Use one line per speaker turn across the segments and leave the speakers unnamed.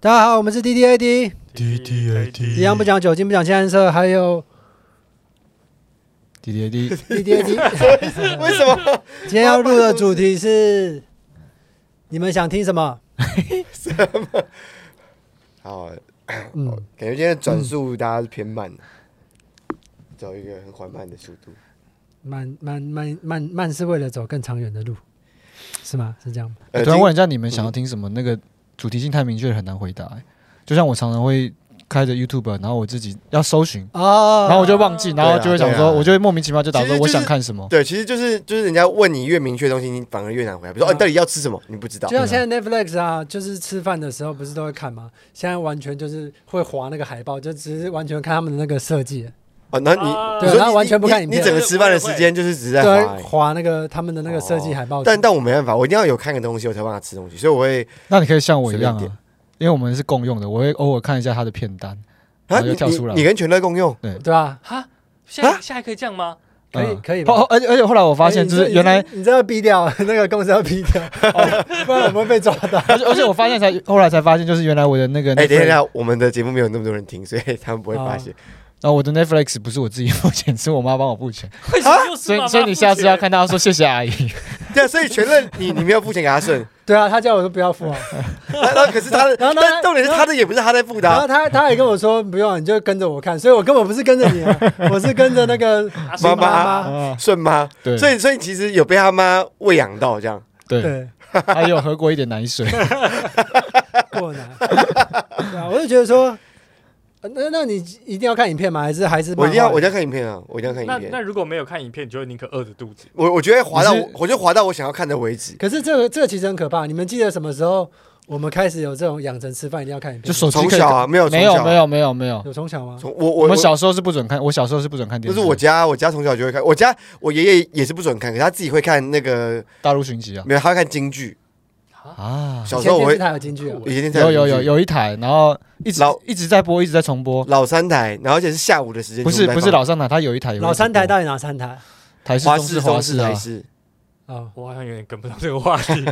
大家好，我们是 D D A D，
D D A
一
T，
样不讲酒精，不讲健色，还有
D D A D，
D D A D。
为什么？
今天要录的主题是，你们想听什么？
好，
嗯，
感觉今天的转速大家是偏慢的，走一个很缓慢的速度。
慢慢慢慢慢是为了走更长远的路，是吗？是这样吗？
呃
哎突然
今
问一下你们想要听什么？那个主题性太明确，很难回答、欸。就像我常常会开着 YouTube，然后我自己要搜寻，
哦，
然后我就忘记，然后就会想
对啊
说，我就会莫名其妙就打
其
说
实就
我
是
想看什么。
对，其实就是就是人家问你越明确的东西，你反而越难回答。比如说，
嗯
哦、你到底要吃什么？你不知道
就。像现在 Netflix 啊，就是吃饭的时候不是都会看吗？现在完全就是会划那个海报，就只是完全看他们的那个设计，
哦，然后你
啊
你
对
说
然后
你
完全不看
你
影
你
片
整个吃饭的时间就是只是在滑、
对，啊划那个他们的那个设计
哦
海报。
但但我没办法，我一定要有看个东西，我才有办法吃东西，所以我会
那你可以像我一样
随便
啊，因为我们是共用的，我会偶尔看一下他的片单。然
啊，
后就
你
跳出来
你你跟全乐共用，
对吧？
哈，下下一可以这样吗？
可以
嗯
可以吧
后而且而且后来我发现，就是原来
哎，你这你这要逼掉 那个公司要逼掉，
哦
不然我们会被抓到。
而且而且我发现才后来才发现，就是原来我的那个
哎、等一
Netflix，
下，我们的节目没有那么多人听，所以他们不会发现。
然哦后我的 Netflix 不是我自己付钱， 是我妈帮我付钱，
为什么又是
所
妈妈
以所以你下次要
付
看到说谢谢阿姨。
对啊，所以全乐你你没有付钱给他顺，
对啊，他叫我说不要 付啊，
然后可是他的，
然后他
但重点是他的也不是他在付的、
然
啊
后，他他也跟我说不用啊，你就跟着我看，所以我根本不是跟着你 啊，我是跟着那个
阿
林
妈
妈妈。
啊
顺吗？
对，
所以，所以其实有被他妈喂养到这样。
对，
对，
还有喝过一点奶水。
过来。对啊，我就觉得说，呃那那你一定要看影片吗？还是还是
我一定要，
漫画
我一定要看影片啊！我一定要看
那
影
那
片。
如果没有看影片，你就会宁可饿着肚子。
我我觉得滑到
你是
我，我就滑到我想要看的为止。
可是这个这个其实很可怕。你们记得什么时候我们开始有这种养成吃饭一定要看影片
就
吗？
手机
从
可以
小啊，没有从
没
小
有
啊
没，有没有没有，
有从小吗？
从我
我
我
们小时候是不准看，我小时候是不准看
不
电
是
视。
我家，我家从小就会看。我家我爷爷也是不准看，可是他自己会看那个，
大陆寻奇啊
没有他会看京剧。
啊，
小时候我
以前电视
会
台有进去啊，
以前在
有有有有一台，然后一直
老
一直在播，一直在重播。
老三台，然后而且是下午的时间，
不
全
是
部在
不是
放
老三台，它有一台有
老三台
的
到底哪三台？
台式
华
中式
视、
华
中
视
视、
啊
台，视，
哦，
我好像有点跟不上这个话题。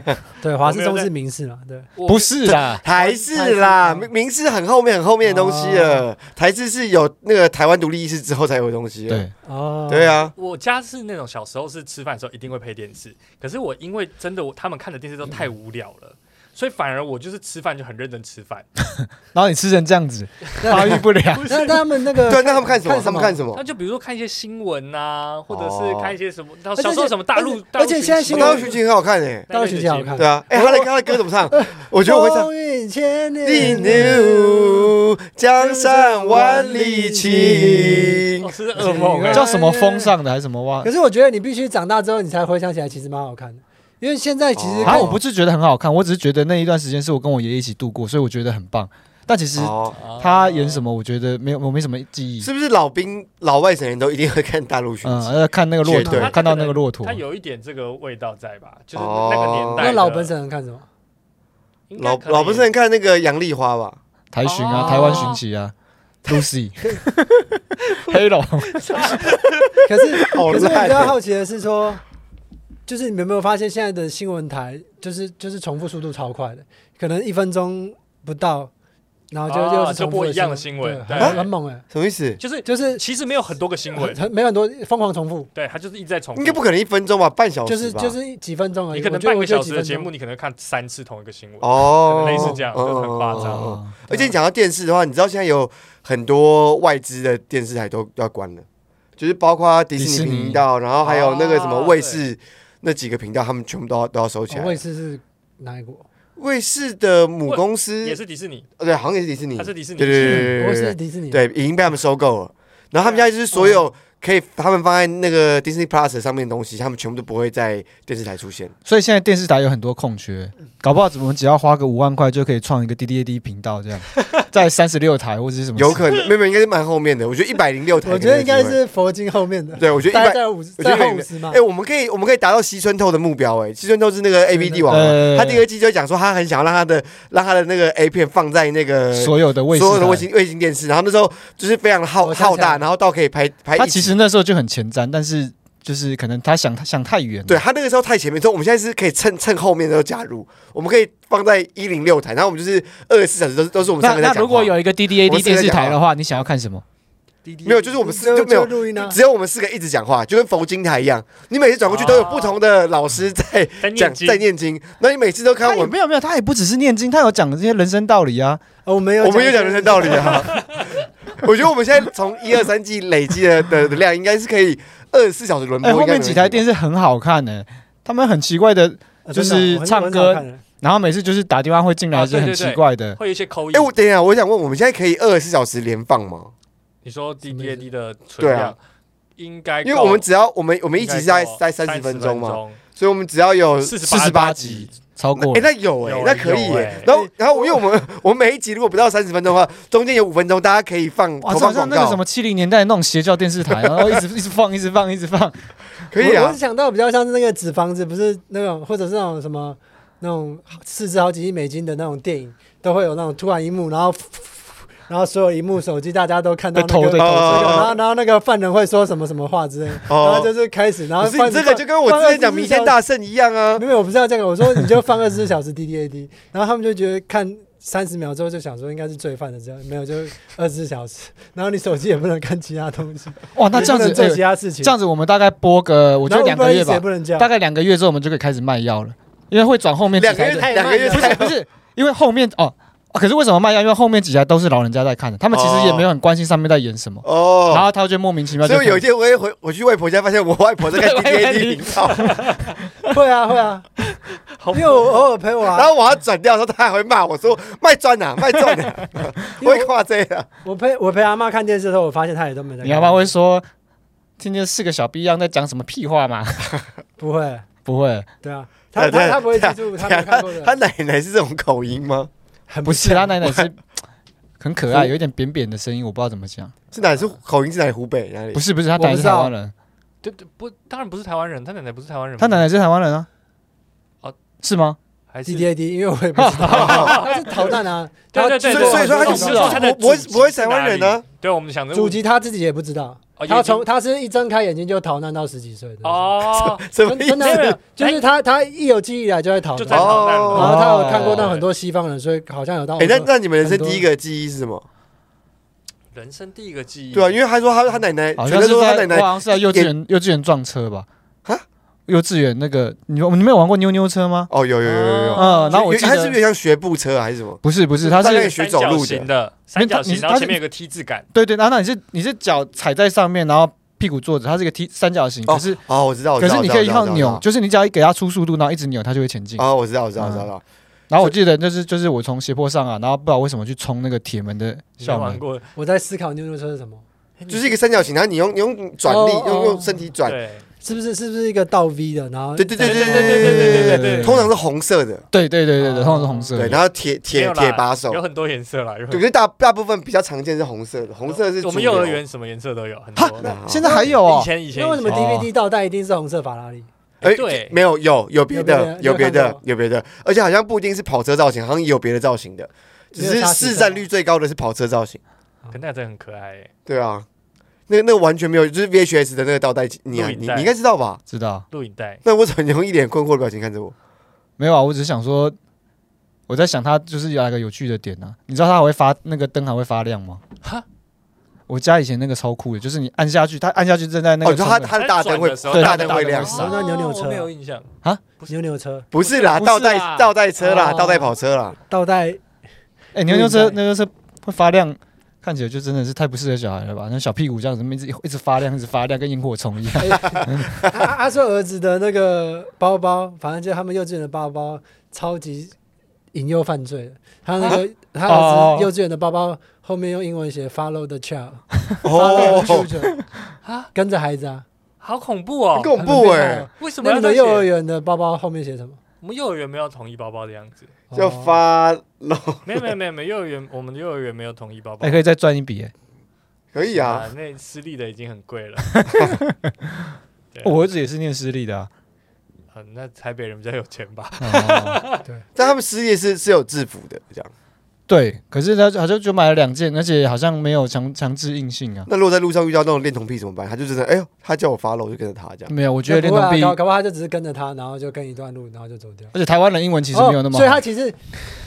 对，华
我
视、
没有
中
在
视、明视嘛，对。
我
不是啦，
台
台
视
视
啦，
啊
明明视很后面很后面的东西
哦
了。台视是有那个台湾独立意识之后才有的东西了。
对，
哦，
对，啊，
我家是那种小时候是吃饭的时候一定会配电视，可是我因为真的我他们看的电视都太无聊了，所以反而我就是吃饭就很认真吃饭。
然后你吃成这 样子，发育不良，
那那他们那
哦
个
对，啊那他们看什么？他们看
么？
什么
那？就比如说看一些新闻啊，或者
哦
是看一些什么，然后
而且
小时候什么大陆，
而且而且现在新
《
闻
大
大
陆
陆
寻奇》很好看诶。
大陆学姐好看
对啊，哎，
哦
他的他的歌怎么唱？我觉得我会唱。
风雨千
地
年，
牛江山万里情
哦，，是噩梦
啊
欸
叫什么风上的还是什么
啊
哇
可？是我觉得你必须长大之后，你才回想起来，其实蛮好看的。因为现在其实
哦
啊，
看
我不是觉得很好看，我只是觉得那一段时间是我跟我爷爷一起度过，所以我觉得很棒。但其实
哦，
嗯
啊
他演什么，我觉得没有，我没什么记忆。
是不是老兵老外省人都一定会看《大陆寻
嗯，
奇》？
呃，看那个骆
绝
驼
对，
看到那个骆驼
它，有一点这个味道在吧？就是
哦
那个年代
那
的，
老本省人看什么？
应该
老
可能
老不是很看那个杨丽花吧？
台巡
哦
啊，台湾巡奇啊，Lucy，黑龙，
可是
好
可是我
烂
比较
欸，
好奇的是说，就是你们有没有发现现在的新闻台就是就是重复速度超快的，可能一分钟不到，然后就
啊
又是
就
重复
播一样的
新
新闻
对
对
很很猛哎，
什么意思？
就是
就是
其实没有很多个新闻
很，很没有很多疯狂重复。
对，它就是一直在重复。
应该不可能一分钟吧，半小时
就是
吧
就是几分钟而已。
你可
我
能
觉得
半
我
个
就
小
几
时的
分
节
钟
目，你可能看三次同一个新闻。
哦，
类似这样就是很夸张
嗯嗯嗯嗯
哦
而且你讲到电视的话，你知道现在有很多外资的电视台都要关了，就是包括迪士尼频道，然后还有那个什么卫视、那几个频道，他们全部都要都要收起
哦
来。
卫视是哪一国？
卫视的母公司
也是迪士尼，
哦对，好像也是迪士尼，
它是迪士尼
对 对
卫
对
视
对
哦是迪士尼。哦
对，对，已经被他们收购了。然后他们现在就是所有可以他们放在那个 Disney Plus 上面的东西，他们全部都不会在电视台出现。
哦
所以现在电视台有很多空缺，搞不好我们只要花个五万块就可以创一个 D D A D 频道，这 样在三十六台或者是什么
有可能，没有，没有应该是蛮后面的。我觉得一百零六台，
我觉得应该。是佛经后面的，
对，我觉得
大
一
概
百
在五
我觉得
在
有点
五十嘛
哎、。我们可以，我们可以达到西村透的目标、哎，西村透是那个 A B 帝王嘛，
呃
他第二季就讲说他很想要让他的让他的那个 A 片放在那个
所有的卫视
所有的卫
台
星卫星电视，然后那时候就是非常的浩
我想起来
浩大，然后到可以拍拍一集。
他其实那时候就很前瞻，但是就是可能他想他想太远了，
对他那个时候太前面，所以我们现在是可以趁趁后面的时候加入，我们可以放在一零六台，然后我们就是二十四小时都是都是我们三
那
个在
那
讲话。
如果有一个
我们
DDAD
四个
电
在
视
讲话
台的话，你想要看什么？
没有，就是我们四就没
就
有
录音啊，
只有我们四个一直讲话，就跟佛经台一样，你每次转过去都有不同的老师在
在念
讲
经
在念经，那你每次都看
他
我
也
们，
没有没有，他也不只是念经，他有讲这些人生道理啊。
哦我们有
我们有讲
一
人
些
生道理啊。我觉得我们现在从一二三季累积的的的量，应该是可以二十四小时轮播。
哎，后
应该没
面
问题
几台电视很好看呢、他们很奇怪的，
啊
就
真的哦
是
我很
唱
我很
歌
少看的
然后每次就是打电话会进来，
啊
就
对
很
对对
奇怪的。
会有一些口音
哎，。我等一下，我想问，我们现在可以二十四小时连放吗？
你说
什么意
DDAD
思
的存
对
量
啊
应该够，
因为我们只要我们我
我
们一集是在在三十分钟嘛，
嘛，
所以我们只要有
48集，
超过
哎、那有哎、
有
那可以
有
哎、
哎
然后，然后，因为我们我们每一集如果不到三十分钟的话，中间有五分钟大家可以放
哇，
投
这好
放
像
广
那个什
告，
么七零年代的那种邪教电视台，然后一直一直放，一直放，一直放。
可以
我我
啊
是。想到比较像是那个纸房子，不是那种或者是那种什么那种市值好几亿美金的那种电影，都会有那种突然一幕，然后然后所有一幕手机大家都看到那
被投
个
被
投
这个
哦
然后然后那个犯人会说什么什么话之类的，然后
哦，
就是开始，然后
可是
犯
你这个就跟我之前讲《明天。
放
大圣》一样
放24小
啊
时没。有，我不是要这个，我说你就放二十四小时 D D A D，然后 他们就觉得看三十秒之后就想说应该是罪犯的，这样没有就二十四小时， 然后你手机也不能看其他东西，
哇， 那这样
也不能
子，
做
哎
其他事情，
这样子我们大概播个，我觉得
然
两
后 Uber
个月
Eats 也
吧，
不 能这样
大。概两个月之后我们就可以开始卖药了，因为会转后面几
两个
台
月，
的。
太慢
两个月
了
不
才
是不是，因为后面哦、啊可是为什么卖药？因为后面几台都是老人家在看的，他们其实也没有很关心上面在演什么，然
哦。
后他就莫名其妙就
所以有一
看。
天我也回我去外婆家，发现我外 婆在看 D
对
T
外
D
婆
频 道，
会啊会啊，
好
因为我偶尔陪我
然
啊，
后我要转掉的时候，她还会骂我说卖砖啊，卖 砖啊，
因
我会
为
夸这个。
我陪我陪阿妈看电视的时候，我发现她也都没在看。
你阿妈会说，听见四个小逼样在讲什么屁话吗？
不会？
不会，
对 啊，她她她不会记住她没看过
她
的，
奶奶是这种口音吗？
很
不是，
像
他奶奶是很可爱，有一点扁扁的声音，我不知道怎么讲。
是哪里是口音？是哪里湖北哪里
不？是不是，他
我不
奶奶是
知
台
道
湾人，
对对不，当然不是台湾人，他奶奶不是台湾人吗，
他奶奶是台湾人啊。
哦
是吗？
还是
D D A D，因为我也不知道， 她是逃难 啊，
对对对，
所
她
以
其实
所以说她
我
就不
知
是
道
不
他的
不会
祖籍
不会
是
台湾
哪
人
里
啊。
对，我们想着
祖籍她自己也不知道，
哦
她
也
从
已
她是一睁开眼睛就逃难到十几岁的，
哦，
什么
真
意
真
没有没有
的就是她她一有记忆以来就在逃
就在
难，
逃难
然
了
后她有看过到很多西方人，所以好像有到
哎、
欧洲
那那你们人生第一个记忆是什么？
人生第一个记忆，
对啊，因为他说他他奶奶，
好
全
像
家
是
说他奶
在，我
奶
好像是在幼稚园幼稚园撞车吧
啊？
幼稚园那个，你们你没有玩过妞妞车吗？
哦，有有有有有，
嗯，然后我记
他是有
得
点像学步车啊还是什么？
不是不是，他
大概
是
学
三
走
角
路
形的三角形，
你
然后
他你
前面有个 T 字感，
对对，然后那你是你是脚踩在上面，然后屁股坐着，它是个 T 三角形，可是
哦，我知道，我
可
知
是
道，
你
我
可以
知道
靠扭，。就是你只要一给它出速度，然后一直扭，它就会前进。
哦，我知道，我知道，我知道。
然后我记得就是就是我从斜坡上啊，然后不知道为什么去冲那个铁门的
你没
校
玩
门，
过？
我在思考妞妞车是什么，
嗯
就是一个三角形，然后你用你用转力，
哦哦
用用身体转，
对，
是不是是不是一个倒 V 的，然后
对对对对
对
对
对对对对对
通常是红色的，
对对对
哦
对对，通常是红色
对，
的。
然后铁
没
铁
有啦
铁把手
有，很多颜色啦，有很
对，可是大大部分比较常见是红色的，红色是
我们
主流
幼儿园什么颜色都有，很多。
那
现在还有哦
以，前以前
啊那为什么
以前
哦
DVD 倒带一定是红色法拉利？
哎
对
没有有有别的，有
有别
别
的
的，有别的，而且好像不一定是跑车造型，好像也有别的造型的，只
没
是
有差
市占率最高的是跑车造型。
可那真的很可爱欸，
对啊，那那完全没有，就是 VHS 的那个倒带机，你
录
啊你
影
你
带
应该知道吧？
知道。
录影带。
那为什么你用一脸困惑的表情看着我？
没有啊，我只是想说，我在想它就是有哪个有趣的点啊。你知道它还会发那个灯还会发亮吗？
哈，
我家以前那个超酷的，就是你按下去，它按下去正在那
哦，
个
你说
窗
它
门、
它的大灯会
哎在转的时候
大
大
灯
灯
会
会
亮
亮，
我说扭扭车
哦我没有印象
啊，
不是
牛牛车
不是啦，
不是
倒
啦
带倒带车啦，
哦
倒带跑车啦。
倒带
哎、牛牛
录
车
影带
牛牛车会发亮，看起来就真的是太不适合小孩了吧？那小屁股这样子一直一直发亮，一直发亮，跟萤火虫一样。
阿阿阿硕啊儿子的那个包包，反正就他们幼稚园的包包，超级引诱犯罪的。他那个、他儿
哦
子幼稚园的包包后面用英文写 “follow the child”，follow、
哦，
the children，
啊，
跟着孩子啊，
好恐怖哦
很！恐怖
很
哎
变，
为什么
那
要
你
这
们
样
幼儿
写？
园的包包后面写什么？
我们幼儿园没有统一包包的样 子，
就
哦
发漏
没有没有没有没有幼儿园，我们的幼儿园没有统一包
哦
包
还、。可以再赚一笔、哎
可以啊。，
那私立的已经很贵 了。对
啊
我儿子也是念私立的、啊，
啊 那台北人比较有钱吧？
哦
但他们失业是是有制服的，这样
对，可是他就好像就买了两件，而且好像没有强强制硬性啊。
那如果在路上遇到那种恋童癖怎么办？他就真的，哎呦，他叫我发了，我就跟着他这样。
没有，我
我
觉得恋童癖，
搞搞不好啊他就只是跟着他，然后就跟一段路，然后就走掉。
而且台湾人英文其实没有那
哦
么好，
所以他其实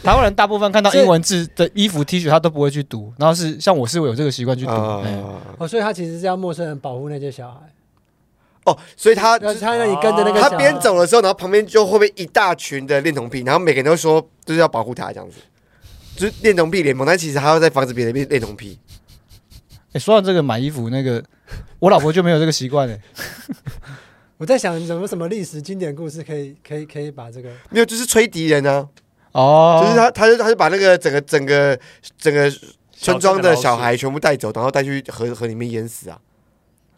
台湾人大部分看到
所以
英文字的衣服、T 恤，他都不会去读。然后是像我是我有这个习惯去读，哎
啊，
哦，所以他其实是要陌生人保护那些小孩，
哦，所以他
要是他让你跟着那个小
哦
孩
他边走的时候，然后旁边就后面一大群的恋童癖，然后每个人都说就是要保护他这样子，就是恋童癖联盟，但其实他要在防止别人变恋童癖。
哎说到这个买衣服，那个我老婆就没有这个习惯哎。
我在想有没有什么历史经典故事可以可以可以把这个
没有，就是吹笛人啊，
哦，
就是他，他就他就把那个整个整个整个村庄的小
老
孩全部带走，然后带去河河里面淹死啊，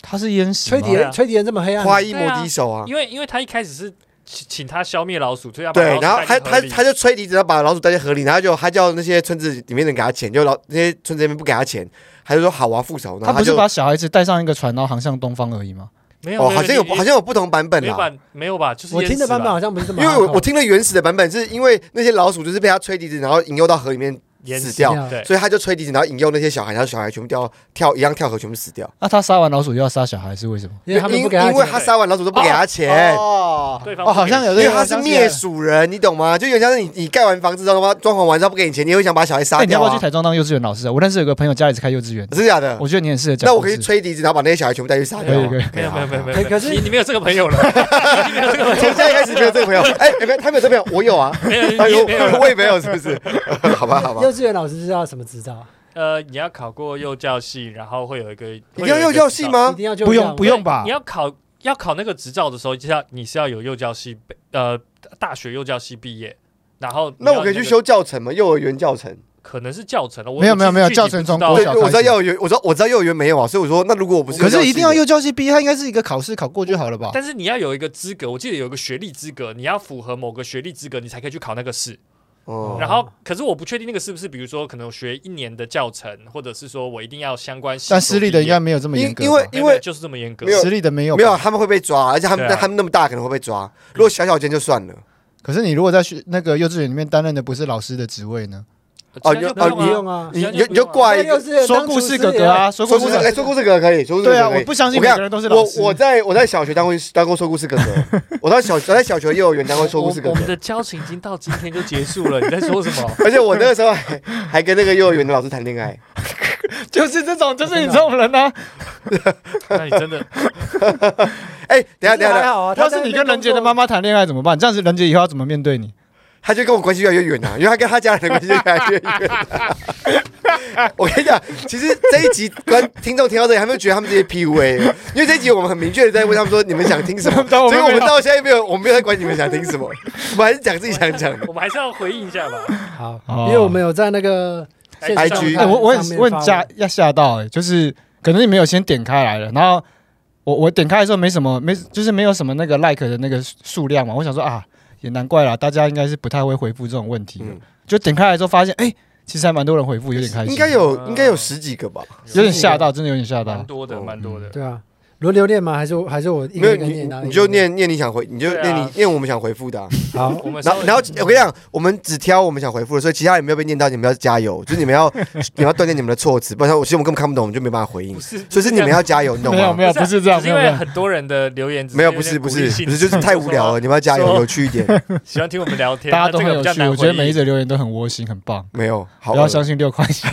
他是淹死
吹
吗，
笛
对
人
啊
吹笛人这么黑暗吗，
花衣莫敌手啊
鼠，，因为因为他一开始是请请他消灭老鼠，所以要把
对，
老鼠
然后
带
他
进河
他
里
他就吹笛子，然后把老鼠带进河里，然后就他叫那些村子里面的人给他钱，就老那些村子里面不给他钱，他就说好啊复仇，
他
然后
不是
就
把小孩子带上一个船，然后航向东方而已吗？
没有
哦，
没
好像有
你
好像有不同版本
没有
啦。
吧没有吧，就是
我听的
淹死吧
版本好像不是这
因
么
为
好看，
哦
我我听了原始的版本，是因为那些老鼠就是被他吹笛子，然后引诱到河里面，
淹
死
死
掉
对
对，
所以他就吹笛子，然后引诱那些小孩，然后小孩全部掉跳一样跳河，全部死掉。
那啊他杀完老鼠又要杀小孩是为什么？
因为他们
因
不给他
因为
钱，
他杀完老鼠都不给他钱，
哦
对方
哦，好像有
因
这
为
个，
他是灭鼠人，你懂吗？就有点像是你你盖完房子之后，他妈装潢完之后不给你钱，你会想把小孩
哎
杀
你要
掉
不要去哦
啊？
台中当幼稚园老师啊？我认识有个朋友家里是开幼稚园的，
真的假的？
我觉得你很适合讲
那
故事。
我可以吹笛子，然后把那些小孩全部带去杀掉啊。
可以
没有没有没有没
可
有，
可是
你你没有这个朋友了， 你没有这个朋
从现在开始没有这个朋友，哎，哎没有，他没有这个朋友，我有啊，
友，
哎
没有你
呦
没有，啊
我也没有，是不是？ 好吧，好吧
幼，稚园老师是要什么执照？
呃，你要考过幼教系，然后会有一个一
你要幼教系？
一
吗？
定要就
不
这
用
样
不用吧
你要考要考那个执照的时候，就要你是要有幼教系呃大学幼教系毕业，然后你要
那我可以去
个
修教程吗？幼儿园教程？
可能是教程了，我
没有没有没有
具体不
教程从
知道
国
对，
哦小
我知道
开始
幼儿园，我知道我知道幼儿园没有啊，所以我说，那如果我不是，
可是一定要。幼教系毕业，他应该是一个考试考过就好了吧？
但是你要有一个资格，我记得有一个学历资格，你要符合某个学历资格，你才可以去考那个试。
哦
然后，可是我不确定那个是不是，比如说可能我学一年的教程，或者是说我一定要相关系所
但
毕业。
私立的应该没有这么严格吧，
因因为
没有没有就是这么严格，
没有
私立的没有吧
没有，啊他们会被抓，而且他们、
对啊
他们那么大，可能会被抓。啊如果小小间就算了，
可是你如果在学那个幼稚园里面担任的不是老师的职位呢？
哦
现在
你
就不用
哦
不
啊
用啊。
你
现在
你就
不
你就
用啊
挂一
幼
个
稚园
说
当
故
厨
事
师
哥哥啊，说
说
故
故
事
事，哎，说故事哥哥可以，说故事哥
对啊，
哥可
我
以。
不相信
我
每
跟
个
你讲
人都是老
我
师。
我在我在小学当过当过说故事哥 哥，我到小我在小学幼儿园当过说故事哥
我
哥
们，的交情已经到今天就结束了，你在说什 么？
而且我那个时候还还跟那个幼儿园的老师谈恋爱。哎
就是这种，就是你这种人啊。
那你真的
哎，等一
可是
下等一下等一
还
下，
好啊，
要是你跟任杰的妈
妈，
妈谈恋爱怎么办？这样子任杰以后要怎么面 对你？
他就跟我关系越来越远了、啊因为他跟他家人的关系就越来越远、 我跟你讲，其实这一集观听众听到这里，还没有觉得他们这些 PUA，因为这一集我们很明确的在问他们说你们想听什么，
但我
所
们
以我们
没有
到现在没有，我们没有在管你们想听什么，我们还是讲自己想讲的。
我们还是要回应一下吧。
好，
哦
因为我们有在那个线上
IG
哎，我我
上
也
面
问
发文
吓要吓到哎、就是可能你没有先点开来了，然后我我点开的时候没什么没就是没有什么那个 like 的那个数量嘛，我想说啊也难怪啦，大家应该是不太会回复这种问题的，
嗯
就点开来之后发现哎、其实还蛮多人回复，有点开心，
应该有，应该有十几个吧？
有点吓到，真的有点吓到
蛮。多的，
嗯
蛮多的。
对啊，轮流念吗？还是还是我一
没
个
有
一个
你
念？然，后
你
一个
就
一个
念念你想回，你就
对啊
念你念我们想回复的啊、
好。
我们
然
稍
后
微
然后我跟你讲，我们只挑我们想回复的，所以其他人没有被念到，你们要加油，就是你们要你们要锻炼你们的措辞，不然我其实我们根本看不懂，我们就没办法回应
不。是，
所以是你们要哦加油，你懂
没有
吗
没？有不是这样，
只
没
是因
有没
为
有。
很多人的留言只
没有，
点
不是不
鼓励
是
性
不是，就是太无聊了，你们要加油，
说
有趣一点。
喜欢听我们聊天，
大家都很
那这个
有
比较
趣，
难
我觉得
回应
每一则留言都很窝心，很棒。
没有，好
不
恶，
要相信六块 钱，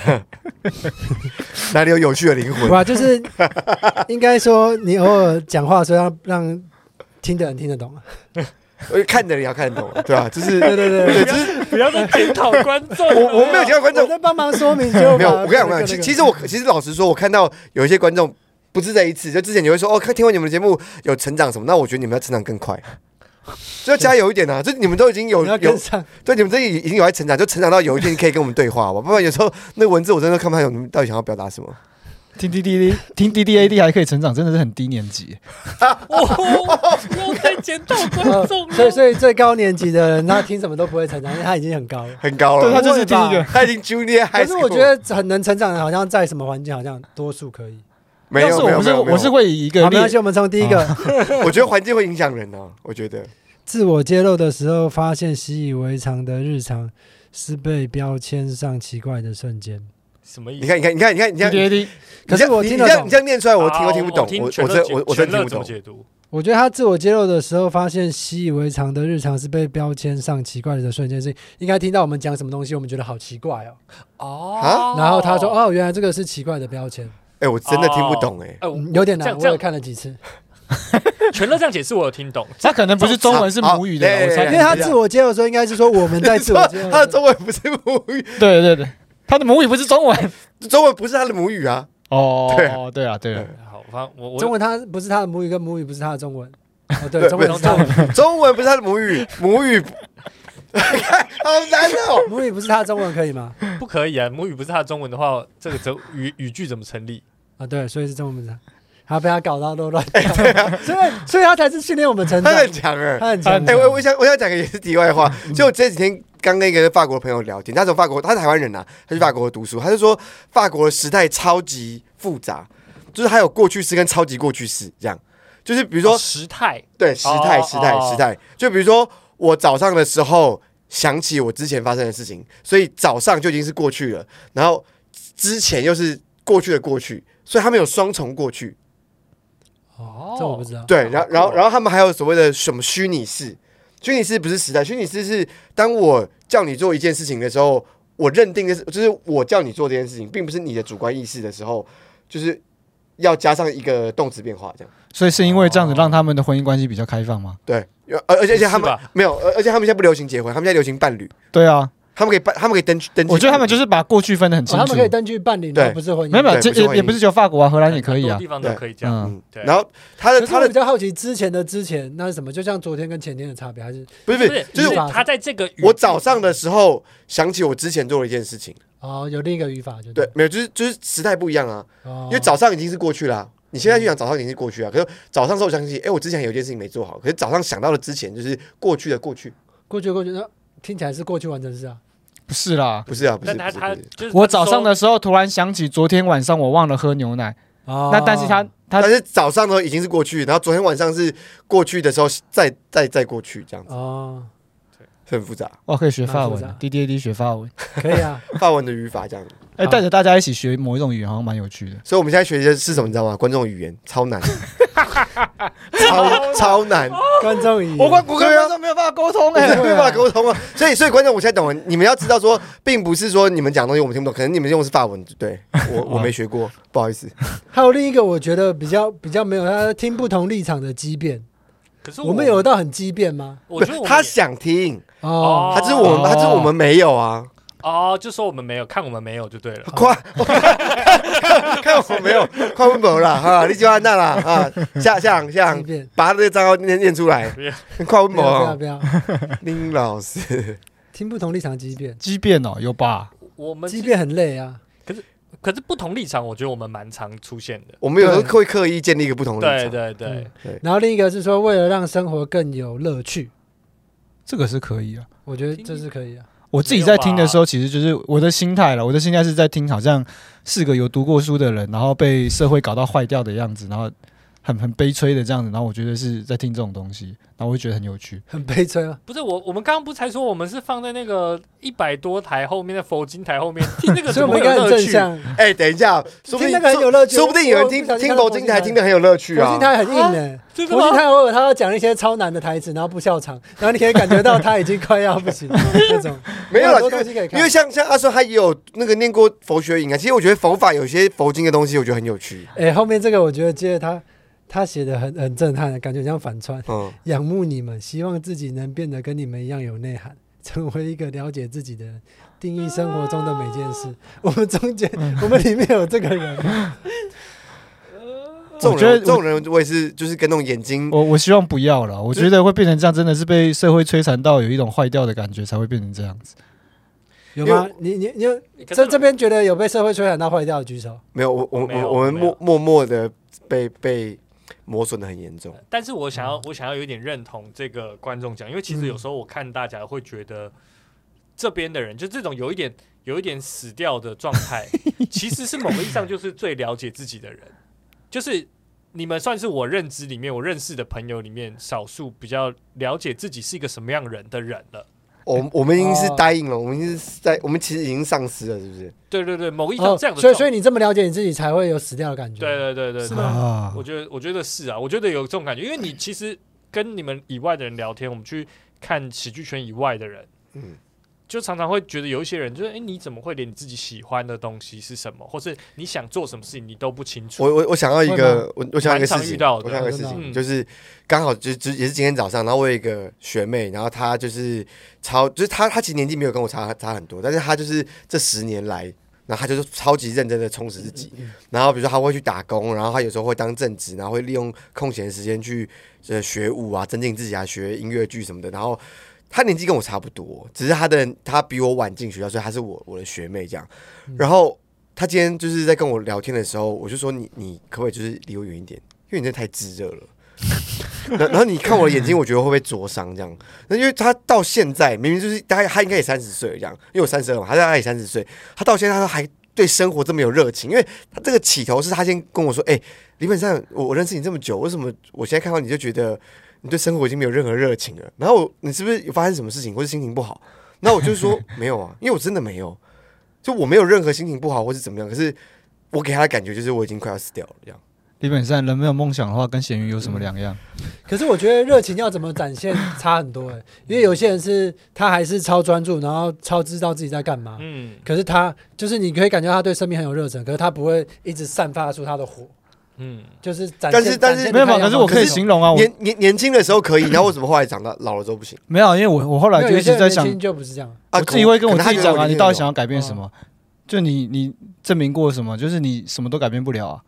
哪里有有趣的灵
哇，
魂？
就是 应该说你偶尔讲话的时候要让听的人听得懂。啊
呃看的人要看得懂， 对吧？就是
对对对啊
对，就是
不要再检讨观众了。
我我没有教观
我
众，
在帮忙说明就
没有。我跟你讲，我跟你讲，其其实我其实老实说，我看到有一些观众。不是这一次，就之前你会说哦，看听完你们的节目有成长什么，那我觉得你们要成长更快，就要加油一点啊！就你们都已经有
你要
有
跟上，
对，你们这已已经有在成长，就成长到有一天可以跟我们对话吧，不然有时候那文字我真的看不太懂你们到底想要表达什么。
听 D D D，听 D D A D 还可以成长，真的是很低年级。
哦， 不要再检讨观众了。
呃所以所以最高年级的人他听什么都不会成长， 因为他已经很高了。
很高了，
对他就
不会
是
吧
第一个
他已经 junior high
可
school
是我觉得很能成长的，好像在什么环境好像多数可以。
没
要是
有没
我不
有没
是，
有，没有
我是会以一个
好，没关系，
劣
我们从第一个
啊
我觉得环境会影响人啊，我觉得
自我揭露的时候，发现习以为常的日常是被标签上奇怪的瞬间。
什么意
你
思？
看，你看，你看，你看，你这
D
样，
D A D，
可是我听得
你这样
懂
你这，样念出来，我听
好
我听不懂，
啊听
我我
全乐
真
解
我我真
全
听
乐
不
怎么
懂。
解读？
我觉得他自我揭露的时候，发现习以为常的日常是被标签上奇怪的瞬间，是应该听到我们讲什么东西，我们觉得好奇怪哦。
啊
哦，
然后他说：“，哦，原来这个是奇怪的标签，
哎，我真的
啊
听不懂哎。
哎，我
嗯有点
这
难。”
样
我也看了几次，
全乐这样解释我有听懂，
他可能不是中文是母语的啦，
好哎
我猜
因
对
为他自我揭露的时候，应该是说我们在 自我揭露。
他的中文不是母语， 啊
对对对，他的母语不是中文。
中文不是他的母语啊。
哦，对啊，对啊，
好，反正我我
中文他不是他的母语，跟母语不是他的中文。哦， 对，中文
不
是
是
他的
中文不是他的母语，母语， 好难哦。
母语不是他的中文，可以吗？
不可以啊，母语不是他的中文的话，这个怎语语句怎么成立？
啊，对，所以是中文不是他，他被他搞到都 乱掉，所以所以他才是训练我们成长
他，很强哎。
他很
他
强
很。
哎、我我想我想讲个也是题 外话，
嗯
就我这几天刚跟一个法国朋友聊天，他从法国，他是台湾人呐、啊，他去法国读书，他就说法国的时代超级复杂，就是还有过去式跟超级过去式这样，就是比如
你
说、
哦时态
对时态
哦
时态
哦
时态，就比如说我早上的时候想起我之前发生的事情，所以早上就已经是过去了，然后之前又是过去的过去，所以他们有双重过去，
哦
这我不知道。
对，然后然
哦
后然
后
后他们还有所谓的什么虚拟式，虚拟式不是时代，虚拟式是当我叫你做一件事情的时候，我认定的是就是我叫你做这件事情，并不是你的主观意识的时候，就是要加上一个动词变化这样。
所以是因为这样
哦
子让他们的婚姻关系比较开放吗？
对，而而且而且他们
是吧
没有，而而且他们现在不流行结婚，他们现在流行伴侣，
对啊，
他们可以伴，他们可以登登记。
我觉得他们就是把过去分得很
哦
清
他
楚
们可。以根据伴侣，
对
然后不是婚姻。
没有没有，
对
这
不是
也
婚姻
也不是只有法国啊，荷兰也可以
很多
啊
地。方都可以这样。
嗯，
嗯，
对
然后他的
可是
他
我比
的
较好奇之前的之前那是什么？就像昨天跟前天的差别，还是
不是不是，就是
语法
他在这个语
我早上的时候想起我之前做了一件事情，
哦有另一个语法就
对，，没有，就是就是时代不一样啊。
哦
因为早上已经是过去啦、你现在去想早上已经是过去啊，可是早上时候想起，哎、我之前有一件事情没做好，可是早上想到了之前就是过去的过去，
过去过去，那听起来是过去完成式啊。
不是啦，
不是啊，不是，
但
不
他他
是，不是
就是
我早上的时候突然想起昨天晚上我忘了喝牛奶，
哦
那但是他他
但是早上呢已经是过去，然后昨天晚上是过去的时候再再再过去，这样子
哦
很复杂，
我可以学法
蛮复
文
杂
，D D A D 学法文，
可以啊，
法文的语法这样子。
哎，
好
带着大家一起学某一种语言好像蛮有趣的。
所以我们现在学的是什么，你知道吗？观众语言超 难，超超难，
观 众语
我跟
言
我跟观众没有办法沟通
我
哎
们，没办法沟通啊。所以所以观众，我现在懂了，你们要知道说，并不是说你们讲的东西我们听不懂，可能你们用的是法文，对我我没学过，不好意思。
还有另一个我觉得比较比较没有，他听不同立场的激辩，
可是
我们有，到很激辩吗？
我觉得我们
他想听，
哦
哦
他只是我们，
哦
他只是我们没有啊，
哦，就说我们没有看我们没有就对了。
夸 看我们没有，看我们没有啦哈，你就按那啦啊，下下下
激，辩，
把他这个账号念念出来
不要，
看我
不要不要
们
不要，
林老师，
听不同立场激辩，
激辩哦，有吧？
我们
激辩很累啊。
可是不同立场，我觉得我们蛮常出现的。
我们有时候会刻意建立一个不同的
对
立场，
对对
嗯，然后另一个是说，为了让生活更有乐趣，
这个是可以啊。
我觉得这是可以啊。
我自己在听的时候，其实就是我的心态了。我的心态是在听，好像是个有读过书的人，然后被社会搞到坏掉的样子，然后很很悲催的这样子。然后我觉得是在听这种东西，然
嗯
后我会觉得很有趣。
很悲催啊 吗？
不是我，我们刚刚不才说我们是放在那个一百多台后面的佛经 台后面听这个，
所以
怎
我
么
们
会
应该
有
很
乐
正
趣？
向，
哎，等一下，说不
听
定
那个很有乐趣，
说不定有人听
我不小心
听
看到
佛
佛
经
经
台
台
听得很有乐趣
佛
啊
经，台很硬呢。
真的
佛经
吗？
台偶尔他要讲一些超难的台词，然后不笑场，然后你可以感觉到他已经快要不行了那 种。
没有
很
了
多，东西可以看，
因为像像阿顺他也有那个念过佛学影啊，其实我觉得佛法有些佛经的东西，我觉得很有趣，
哎、后面这个我觉得接着他他写的很很震撼，感觉很像反串。
嗯，
仰慕你们，希望自己能变得跟你们一样有内涵， 成为一个了解自己的人，定义生活中的每件事。 我们中间，我们里面有这个人，
这种
我觉得
人这种人我也是就是跟那种眼睛
我我希望不要了。我觉得会变成这样，真的是被社会摧残到有一种坏掉的感觉，才会变成这样子。
有吗？你你你有
可
这
是
这边觉得有被社会摧残到坏掉的举手。
没有，我我
没有
我我们
没有
默默默的被被磨损的很严重。
但是我想
嗯
要，我想要有点认同这个观众讲，因为其实有时候我看大家会觉得，这边的人就这种有一点有一点死掉的状 态，其实是某个意义上就是最了解自己的人，就是你们算是我认知里面我认识的朋友里面少数比较了解自己是一个什么样人的人了。
我我们已经是
哦
答应了，我们已经是在我们其实已经丧失了，是不是？
对对对，某一种
哦
这样的状态、
所以所以你这么了解你自己，才会有死掉的感觉。
对对对对
是
对
吗
啊
我觉得，我觉得是啊，我觉得有这种感觉，因为你其实跟你们以外的人聊天，我们去看喜剧圈以外的人，
嗯
就常常会觉得有一些人就是，哎，你怎么会连你自己喜欢的东西是什么，或是你想做什么事情你都不清楚？
我我我想要一
会
个，我我想要一个事
蛮常遇
情，
到的
我想要一个事
真
的
情，
嗯
就是刚好就就也是今天早上，然后我有一个学妹，然后她就是超，就是她她其实年纪没有跟我差差很多，但是她就是这十年来，然后她就是超级认真的充实自己，然后比如说她会去打工，然后她有时候会当正职，然后会利用空闲时间去呃学舞啊，增进自己啊，学音乐剧什么的，然后。她年纪跟我差不多，只是她的她比我晚进学校，所以她是我我的学妹这样。然后他今天就是在跟我聊天的时候，我就说你你可不可以就是离我远一点，因为你这太炙热了。 然然后你看我的眼睛，我觉得会不会灼伤这样？那因为他到现在明明就是大概他应该也三十岁了这样，因为我三十二嘛，他大概也三十岁，他到现在他还对生活这么有热情，因为他这个起头是他先跟我说，哎、李本善，我我认识你这么久，为什么我现在看到你就觉得你对生活已经没有任何热情了？然后我你是不是有发生什么事情，或是心情不好？然后我就说没有啊，因为我真的没有。就我没有任何心情不好或是怎么样，可是我给他的感觉就是我已经快要死掉了这样。
李本善人没有梦想的话，跟咸鱼有什么两样？
可是我觉得热情要怎么展现 差很多、欸，因为有些人是他还是超专注，然后超知道自己在干嘛。
嗯
可是他就是你可以感觉到他对生命很有热忱，可是他不会一直散发出他的火，
嗯，
就是展现。
但是但
展
是
现
没有嘛，
太阳
可是我
光
可以
这种
形容啊，我
年年年轻的时候可以，然后为什么后来长大老了之后不行
没有，因为我我后来
没有
就一
有些
直
人
在想
年，轻就不是这样。
啊？
我自己会跟我
可能
自己讲
可能他觉得我
啊，
已经
你到底
有
想要改变什么？
嗯
就你你证明过什么？就是你什么都改变不了啊。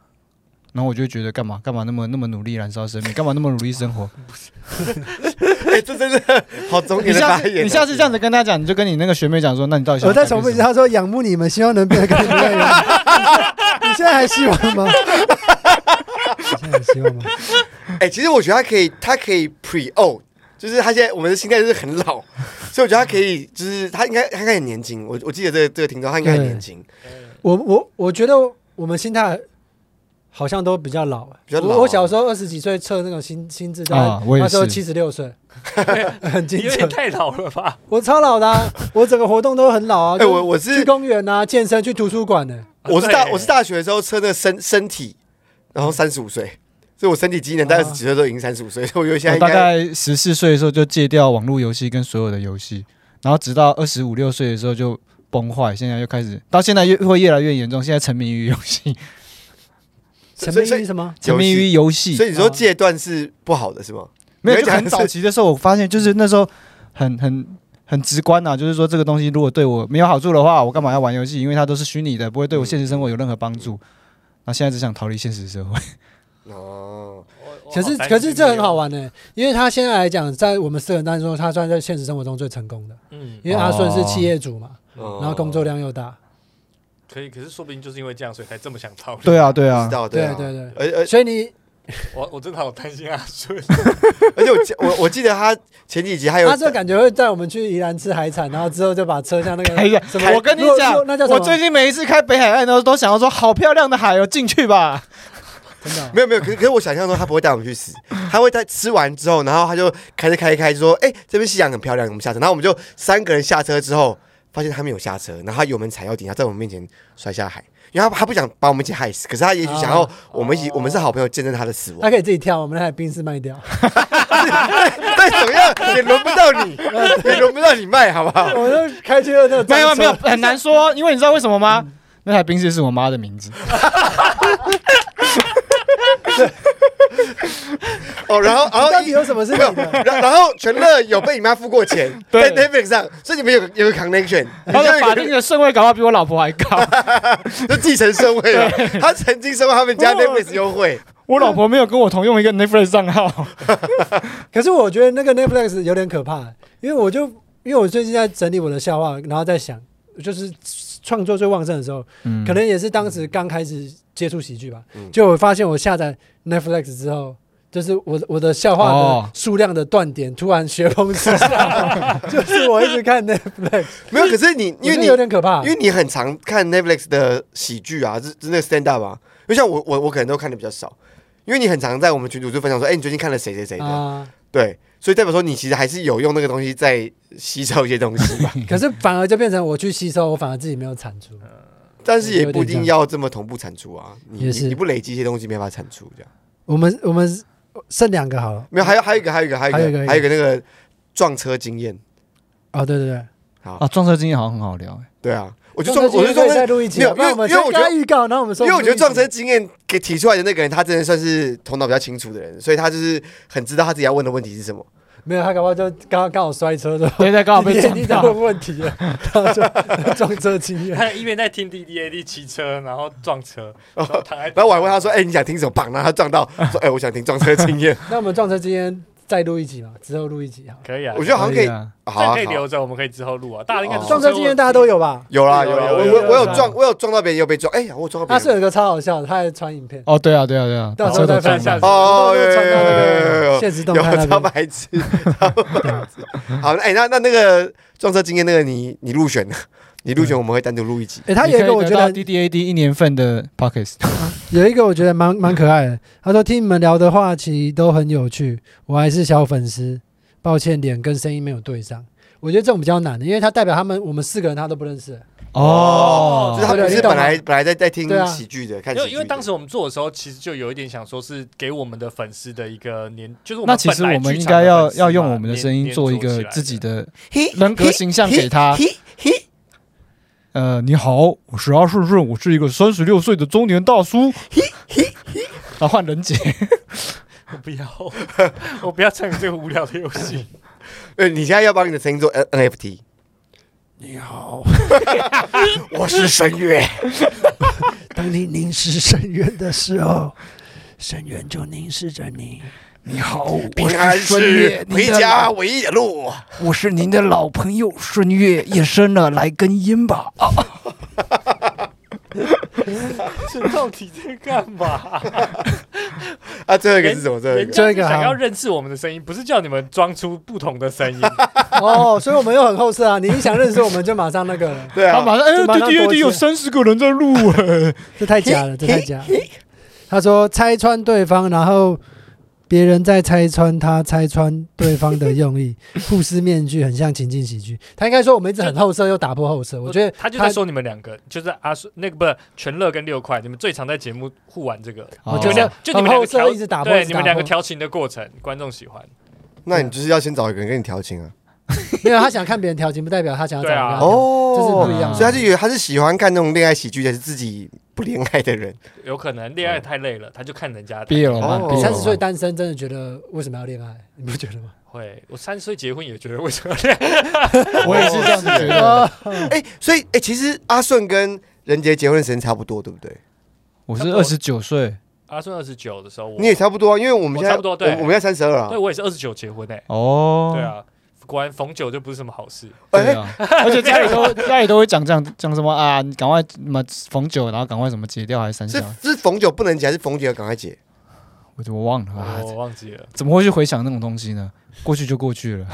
然后我就觉得干嘛干嘛那么那么努力燃烧生命，干嘛那么努力生 活？
哎，这真的 好中
你
年的
下
发
次
言哦。
啊
你下次这样子跟他讲，你就跟你那个学妹讲说，那你到底想
我
要
再
改变什
重
么？
复一次，他说仰慕你们，希望能变得更厉害。 你现在还希望吗？你现在还希望吗？
哎，其实我觉得他可以，他可以 pre old，就是他现在我们的心态就是很老， 所以我觉得他可以，就是他应该他应该很年轻。我我记得这个这个听众他应该很年轻，
我我我觉得我们心态好像都比较老、欸，
比较老啊
我我小时候二十几岁测那种心心智，大概
啊我也
那时候
是
七十六岁， 很精
有
准
点。太老了吧？
我超老的、啊，我整个活动都很老啊。
哎
就
我我是
去公园啊，健身，去图书馆呢、
我是大
对
我是大学的时候测那个身身体，然后三十五岁，所以我身体机能大概
啊
是几岁都已经三十五岁，所以我觉得现
我
在应
大
该
概十四岁的时候就戒掉网络游戏跟所有的游戏，然后直到二十五六岁的时候就崩坏，现在又开始到现在越会越来越严重，现在沉迷于游戏，
沉
所
迷
以所
于
以
什么？
沉迷
游戏
于游戏
所。以你说
啊
戒断是不好的是吗？
没有，
你
就
在
很
讲
早
是
期的时候，我发现就是那时候很很很直观啊，就是说这个东西如果对我没有好处的话，我干嘛要玩游戏？因为它都是虚拟的，不会对我现实生活有任何帮
嗯
助。那现在只想逃离现实社会，
哦，
可是可是这很好，玩呢、欸因为他现在来讲，在我们四个人当中，他算在现实生活中最成功的，
嗯，
因为阿顺是企业主嘛，
然
嗯然后工作量又大，
可以，可是说不定就是因为这样，所以才这么想逃离。
对，啊， 对
知
啊，
道
哦对哎
啊，
对对
而而
所以你
我我真的好担心阿顺，
而且我记我我记得他前几集还有
阿顺感觉会带我们去宜兰吃海产，然后之后就把车像那
哎
个
呀
什么，
我跟你
若
讲
若那叫，什么
我最近每一次开北海岸都都想要说，好漂亮的海哦，进去吧。
真的哦
没有没有，可是可是我想象中他不会带我们 去死，他会在吃完之后，然后他就开始开一开就说，哎、这边夕阳很漂亮，我们下车。然后我们就三个人下车之后，发现他没有下车，然后他油门踩到底，他在我们面前摔下海，因为他他不想把我们一起害死，可是他也许想要
啊
我们一起，我们是好朋友，见证他的死
他
亡。
可以自己跳，我们那台冰室卖掉。
但哎怎么样也轮不到 你，也轮不到你卖，好不好？
我就开去了那个
没有
脏车嗯
没有，很难说，哦因为你知道为什么吗？那台冰室是我妈 的名字，
哦，然后然后
到底有什么事
没有
情的？，
然然后全乐有被你妈付过钱，在
对
Netflix 上，所以你们有个有个 connection，
她的法定的顺位搞到比我老婆还 高。
就继承社会了。他曾经收过他们
哦
家 Netflix 优惠，
我老婆没有跟我同用一个 Netflix 账号，
可是我觉得那个 Netflix 有点可怕，欸因为我就因为我最近在整理我的笑话，然后在想，就是创作最旺盛的时候，
嗯
可能也是当时刚开始接触喜剧吧
嗯。
就我发现我下载 Netflix 之后。就是我我的笑话的
哦
数量的断点突然雪崩式下 滑，就是我一直看 Netflix，
没有。可是你因为
我觉
你
得有点可怕，
因为你很啊常看 Netflix 的喜剧啊，是是那个 stand up 啊。就像我我我可能都看的比较少，因为你很常在我们群组就分享说，哎、你最近看了谁谁谁的，
啊。
对，所以代表说你其实还是有用那个东西在吸收一些 东西吧，
可是反而就变成我去吸收，我反而自己没有产出。
嗯但是也不一定要这么同步产出啊，你
也
你
是
你不累积一些东西没办法产出这样。
我们我们剩两个好了。
没有，还有还有一个还有一个还有一个还
还
有
有
一
一
个那个撞车经验，
哦，对对对，
啊，撞车经验好像很好聊，
对啊，我
我
觉得撞我觉得撞
再
车，
录一期
没有
啊，不然我们
因为因为我觉得
先跟他预告，然后我们说
因为我觉得撞车
成
经验给提出来的那个人，他真的算是头脑比较清楚的人，所以他就是很知道他自己要问的问题是什么。
没有，他搞不好就刚刚好摔车的，
对，在
啊
刚好被
你
撞
你在
到
问。问题了，然后就 撞车经验。
他一边在听 D D A D 骑车，然后撞车，然后躺在
然后我还问他说：“哎、你想 听什么？”棒，然后他撞到说：“哎、我想听撞车 经验。
那我们撞车经验再录一集嘛，之后录一集好了。
可以啊，”
我觉得好像可以，
啊，
好
这
啊，
可以
好
留着，我们可以之后录啊。大家应该
哦
撞车经验大家都
有，
有吧？
有啦
有
有啦，
有
我
有
我我
有
有撞，我有撞到别人又被撞，哎、呀，我有撞到
他
别
是有
人。
一个超好笑的，他还传影片，
哦，对啊，对啊，对啊，
到时
车
候再
都撞
分
到
享。
到
到
哦
时候传到
有有有
那
有
个现实动
有
态那
超
边。
白痴， 好，哎、那那那个撞车经验那个你你入选了，你入选我们会单独录一集。
哎，他有一个我觉得
D D A D 一年份的 Pockets，
有一个我觉得蛮蛮可爱的，他说听你们聊的话题都很有趣，我还是小粉丝，抱歉脸跟声音没有对上。我觉得这种比较难的，因为他代表他们我们四个人他都不认识。
就
哦
是，他们是本来本来在在听
对啊
喜剧的，看喜
因为
剧的
因为当时我们做的时候，其实就有一点想说是给我们的粉丝的一个年，就是我
那
们
其实
本来
我们
剧
应
场的
该要
粉丝嘛
要用我们的声音
粘
做一个
粘着起来
自己的
嘿
人格形象给他
嘿嘿嘿
呃，你好，我是阿顺顺，我是一个三十六岁的中年大叔。啊，换人杰，
我不要，我不要参与这个无聊的游 戏。
呃，你现在要帮你的声音做 N NFT。
你好，
我是神月，
当你凝视深渊的时候，深渊就凝视着你。
你好，我
平安是回家唯一的路。
我是您的老朋友顺月，夜深了，来根烟吧。啊，
这到底在干嘛？
啊，最后一个
人
是什么？最后一
人
个
家
这
是
个好
想要认识我们的声音，不是叫你们装出不同的声音。
哦，所以我们又很后撤啊！你一想认识我们就马上那个了，
对
他
啊，
马上哎
这马上
，D D A
多
D
一
有
个
三十个人在录哎，
这太假了，这太假了。他说拆穿对方，然后别人再拆穿他，拆穿对方的用 意，互撕面具，很像情境喜剧。他应该说我们一直很后撤，又打破后撤。我觉得
他就在说你们两个，就是阿顺那个不是全乐跟六块，你们最常在节目互玩这个，
我
就
觉
是
得
就你们两个
很
调
后撤一直打破一
对
直
你
打
们
破
两个调情的过程，观众喜欢。
那你就是要先找一个人跟你调情啊。
没有他想看别人调情，不代表他想要找
对啊
人家调
哦，
这是不
一样的
所以他就以为他是喜欢看那种恋爱喜剧，还是自己不恋爱的人？
有可能恋爱太累了，他就看人家的。
毕业了吗
哦？
毕业了吗
三十岁单身真的觉得为什么要恋爱？你不觉得吗？
会，我三十岁结婚也觉得为什么恋爱？
我也是这样子觉得
哦。
哎，所以哎，其实阿顺跟任杰结婚的时间差不多，对不对？
我是二十九岁，
阿顺二十九的时候，我
你也差不多啊，因为我
我
们现在
差不多对
我我们现在三十二啊
对。我也是二十九结婚诶。欸
哦，
对，啊，果然逢九就不是什么好事。
哎
对啊， 而且家里都家里都会讲这样讲什么啊，你赶快什么逢九，然后赶快什么解掉还是三
是
下，
是逢九不能结，还是逢九要赶快结？
我怎么忘了啊？
我忘记了，
怎么会去回想那种东西呢？过去就过去了。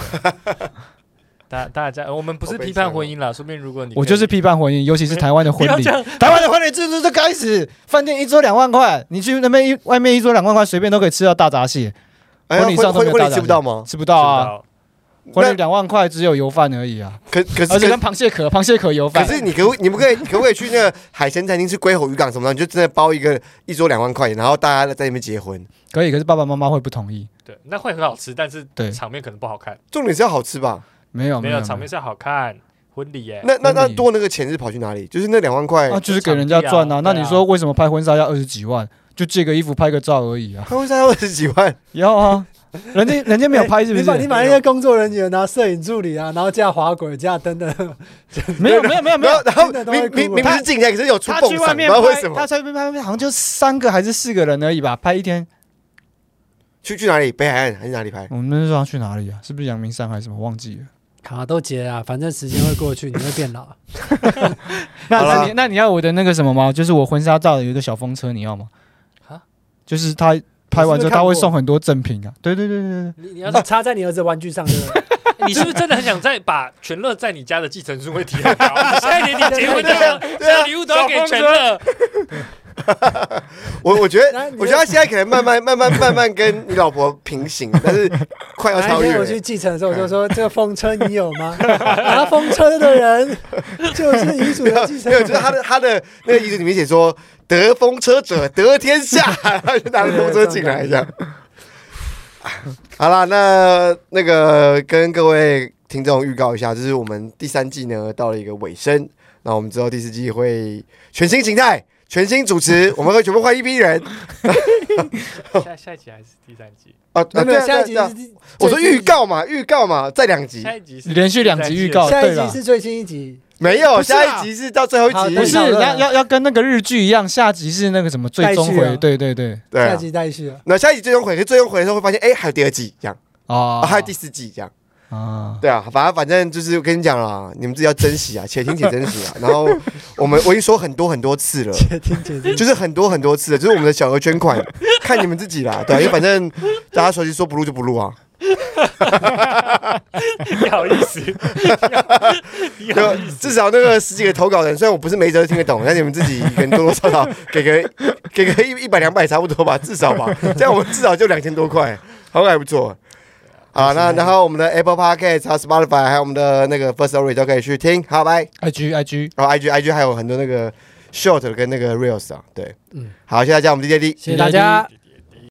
大大家，呃我们不
好
是
悲
批
伤
判
哦
婚姻啦，说不定如果你
我
可以
就是批判婚姻，尤其是台湾的婚
不
礼。
要这样
台湾的婚礼制度就开始，饭店一桌两万块，你去那边一外面一桌两万块，随便都可以吃到大闸蟹，
哎呀，
婚礼上
婚
都没有
婚婚
大
礼
家
吃不到吗？
吃不到啊。
不到
婚礼两万块只有油饭而已啊，
可可是
而且
可
跟螃蟹壳，螃蟹壳油
可
饭。
是你可不你不可以可不可以去那个海鲜餐厅吃龟吼渔港什么的，你就真的包一个一桌两万块，然后大家在那边结婚。
可以，可是爸爸妈妈会不同意。
对，那会很好吃，但是
对
场面可能不好看。
重点是要好吃吧？
没有
没
有
有，场面是要好看，婚礼耶。
那那那
婚礼
多那个钱是跑去哪里？就是那两万块
啊，，
哦
就是给人家赚啊。那你说为什么拍婚纱要二十几万？就借个衣服拍个照而已啊。
他为啥要二十几 万？
要啊，人家人家没有拍是不
你哎把你
是？
把那些工作人员啊、摄影助理啊，然后架滑轨、架灯的，
没有没有没有没
然后
有。
然后
真的都
明
会
明
哭啊
明明是进来，可是有出
他
蹦
去
上，
外
不知
面
道为
拍
什，么
他。在外面拍，好像就三个还是四个人而已吧，拍一天。
去去哪里？北海岸还是哪里拍？
我们那时候要去哪里啊？是不是阳明山还是什么？忘记了。
好都结啊，反正时间会过去，你会变老。
那
好啦
那你那你要我的那个什么吗？就是我婚纱照有一个小风车，你要吗
啊？
就是他拍完之
我是不是看
后他
过
会送很多赠品啊。对对对对对。
你你要是插在你儿子玩具上，对不对？
你是不是真的很想再把全乐在你家的继承顺位提很高？你现在连你结婚都要，
对啊
礼物都要给全乐。
我我觉得
那你，就
我觉得他现在可能慢慢、慢慢、慢慢跟你老婆平行，但是快要
哪一
超
天
越哎
我
了。
去继承的时候，我就说：“这个风车你有吗？ 拿风车的人就是遗嘱
没有
的继承
没有，就是他的他的那个遗嘱里面写说“得风车者得天下”， 然后就拿着风车进来这样。好啦，那那个跟各位听众预告一下，就是我们第三季呢到了一个尾声，那我们之后第四季会全新形态、全新主持，我们会全部换一批人
下下一集还是第三集？
啊。
没有没有，下一集
对啊
是
对啊我说预，告嘛，预告嘛，再两集
下一集是
连续两集预告
第三
下一
对啦
集是最新一集，
没有，
不是啊
下一集是到最后
好
一
对
不是
集，
对
要要要跟那个日剧一样，下集是那个什么最终
待续啊
回，对对对，
对
下
啊。
集待续啊。
那下一集最终回，可是最终回的时候会发现，哎，还有第二季这样，
啊
啊，还有第四季这样。
啊，
对啊，反正反正就是我跟你讲啦，你们自己要珍惜啊，且听且珍惜啊。 然后我们我已经说很多很多次了，
且 听且听，
就是很多很多次了，就是我们的小额捐款，看你们自己啦。对啊、因为反正大家手机说不录就不录啊。
你好意思，你
对
好
啊
意，思，
至少那个十几个投稿人，虽然我不是每一则都听得懂，但你们自己可能多多少 少给个给个一一百两百差不多吧，至少吧。这样我们至少就两千多块，好像还不错。好，那然后我们的 Apple Podcast、还有 Spotify，还有我们的那个 First Story 都可以去听。好，拜。
，IG IG，
然后 IG IG 还有很多那个 short 跟那个 reels 啊，对，
嗯
好，谢谢大家，我们 DJD。
谢谢大家。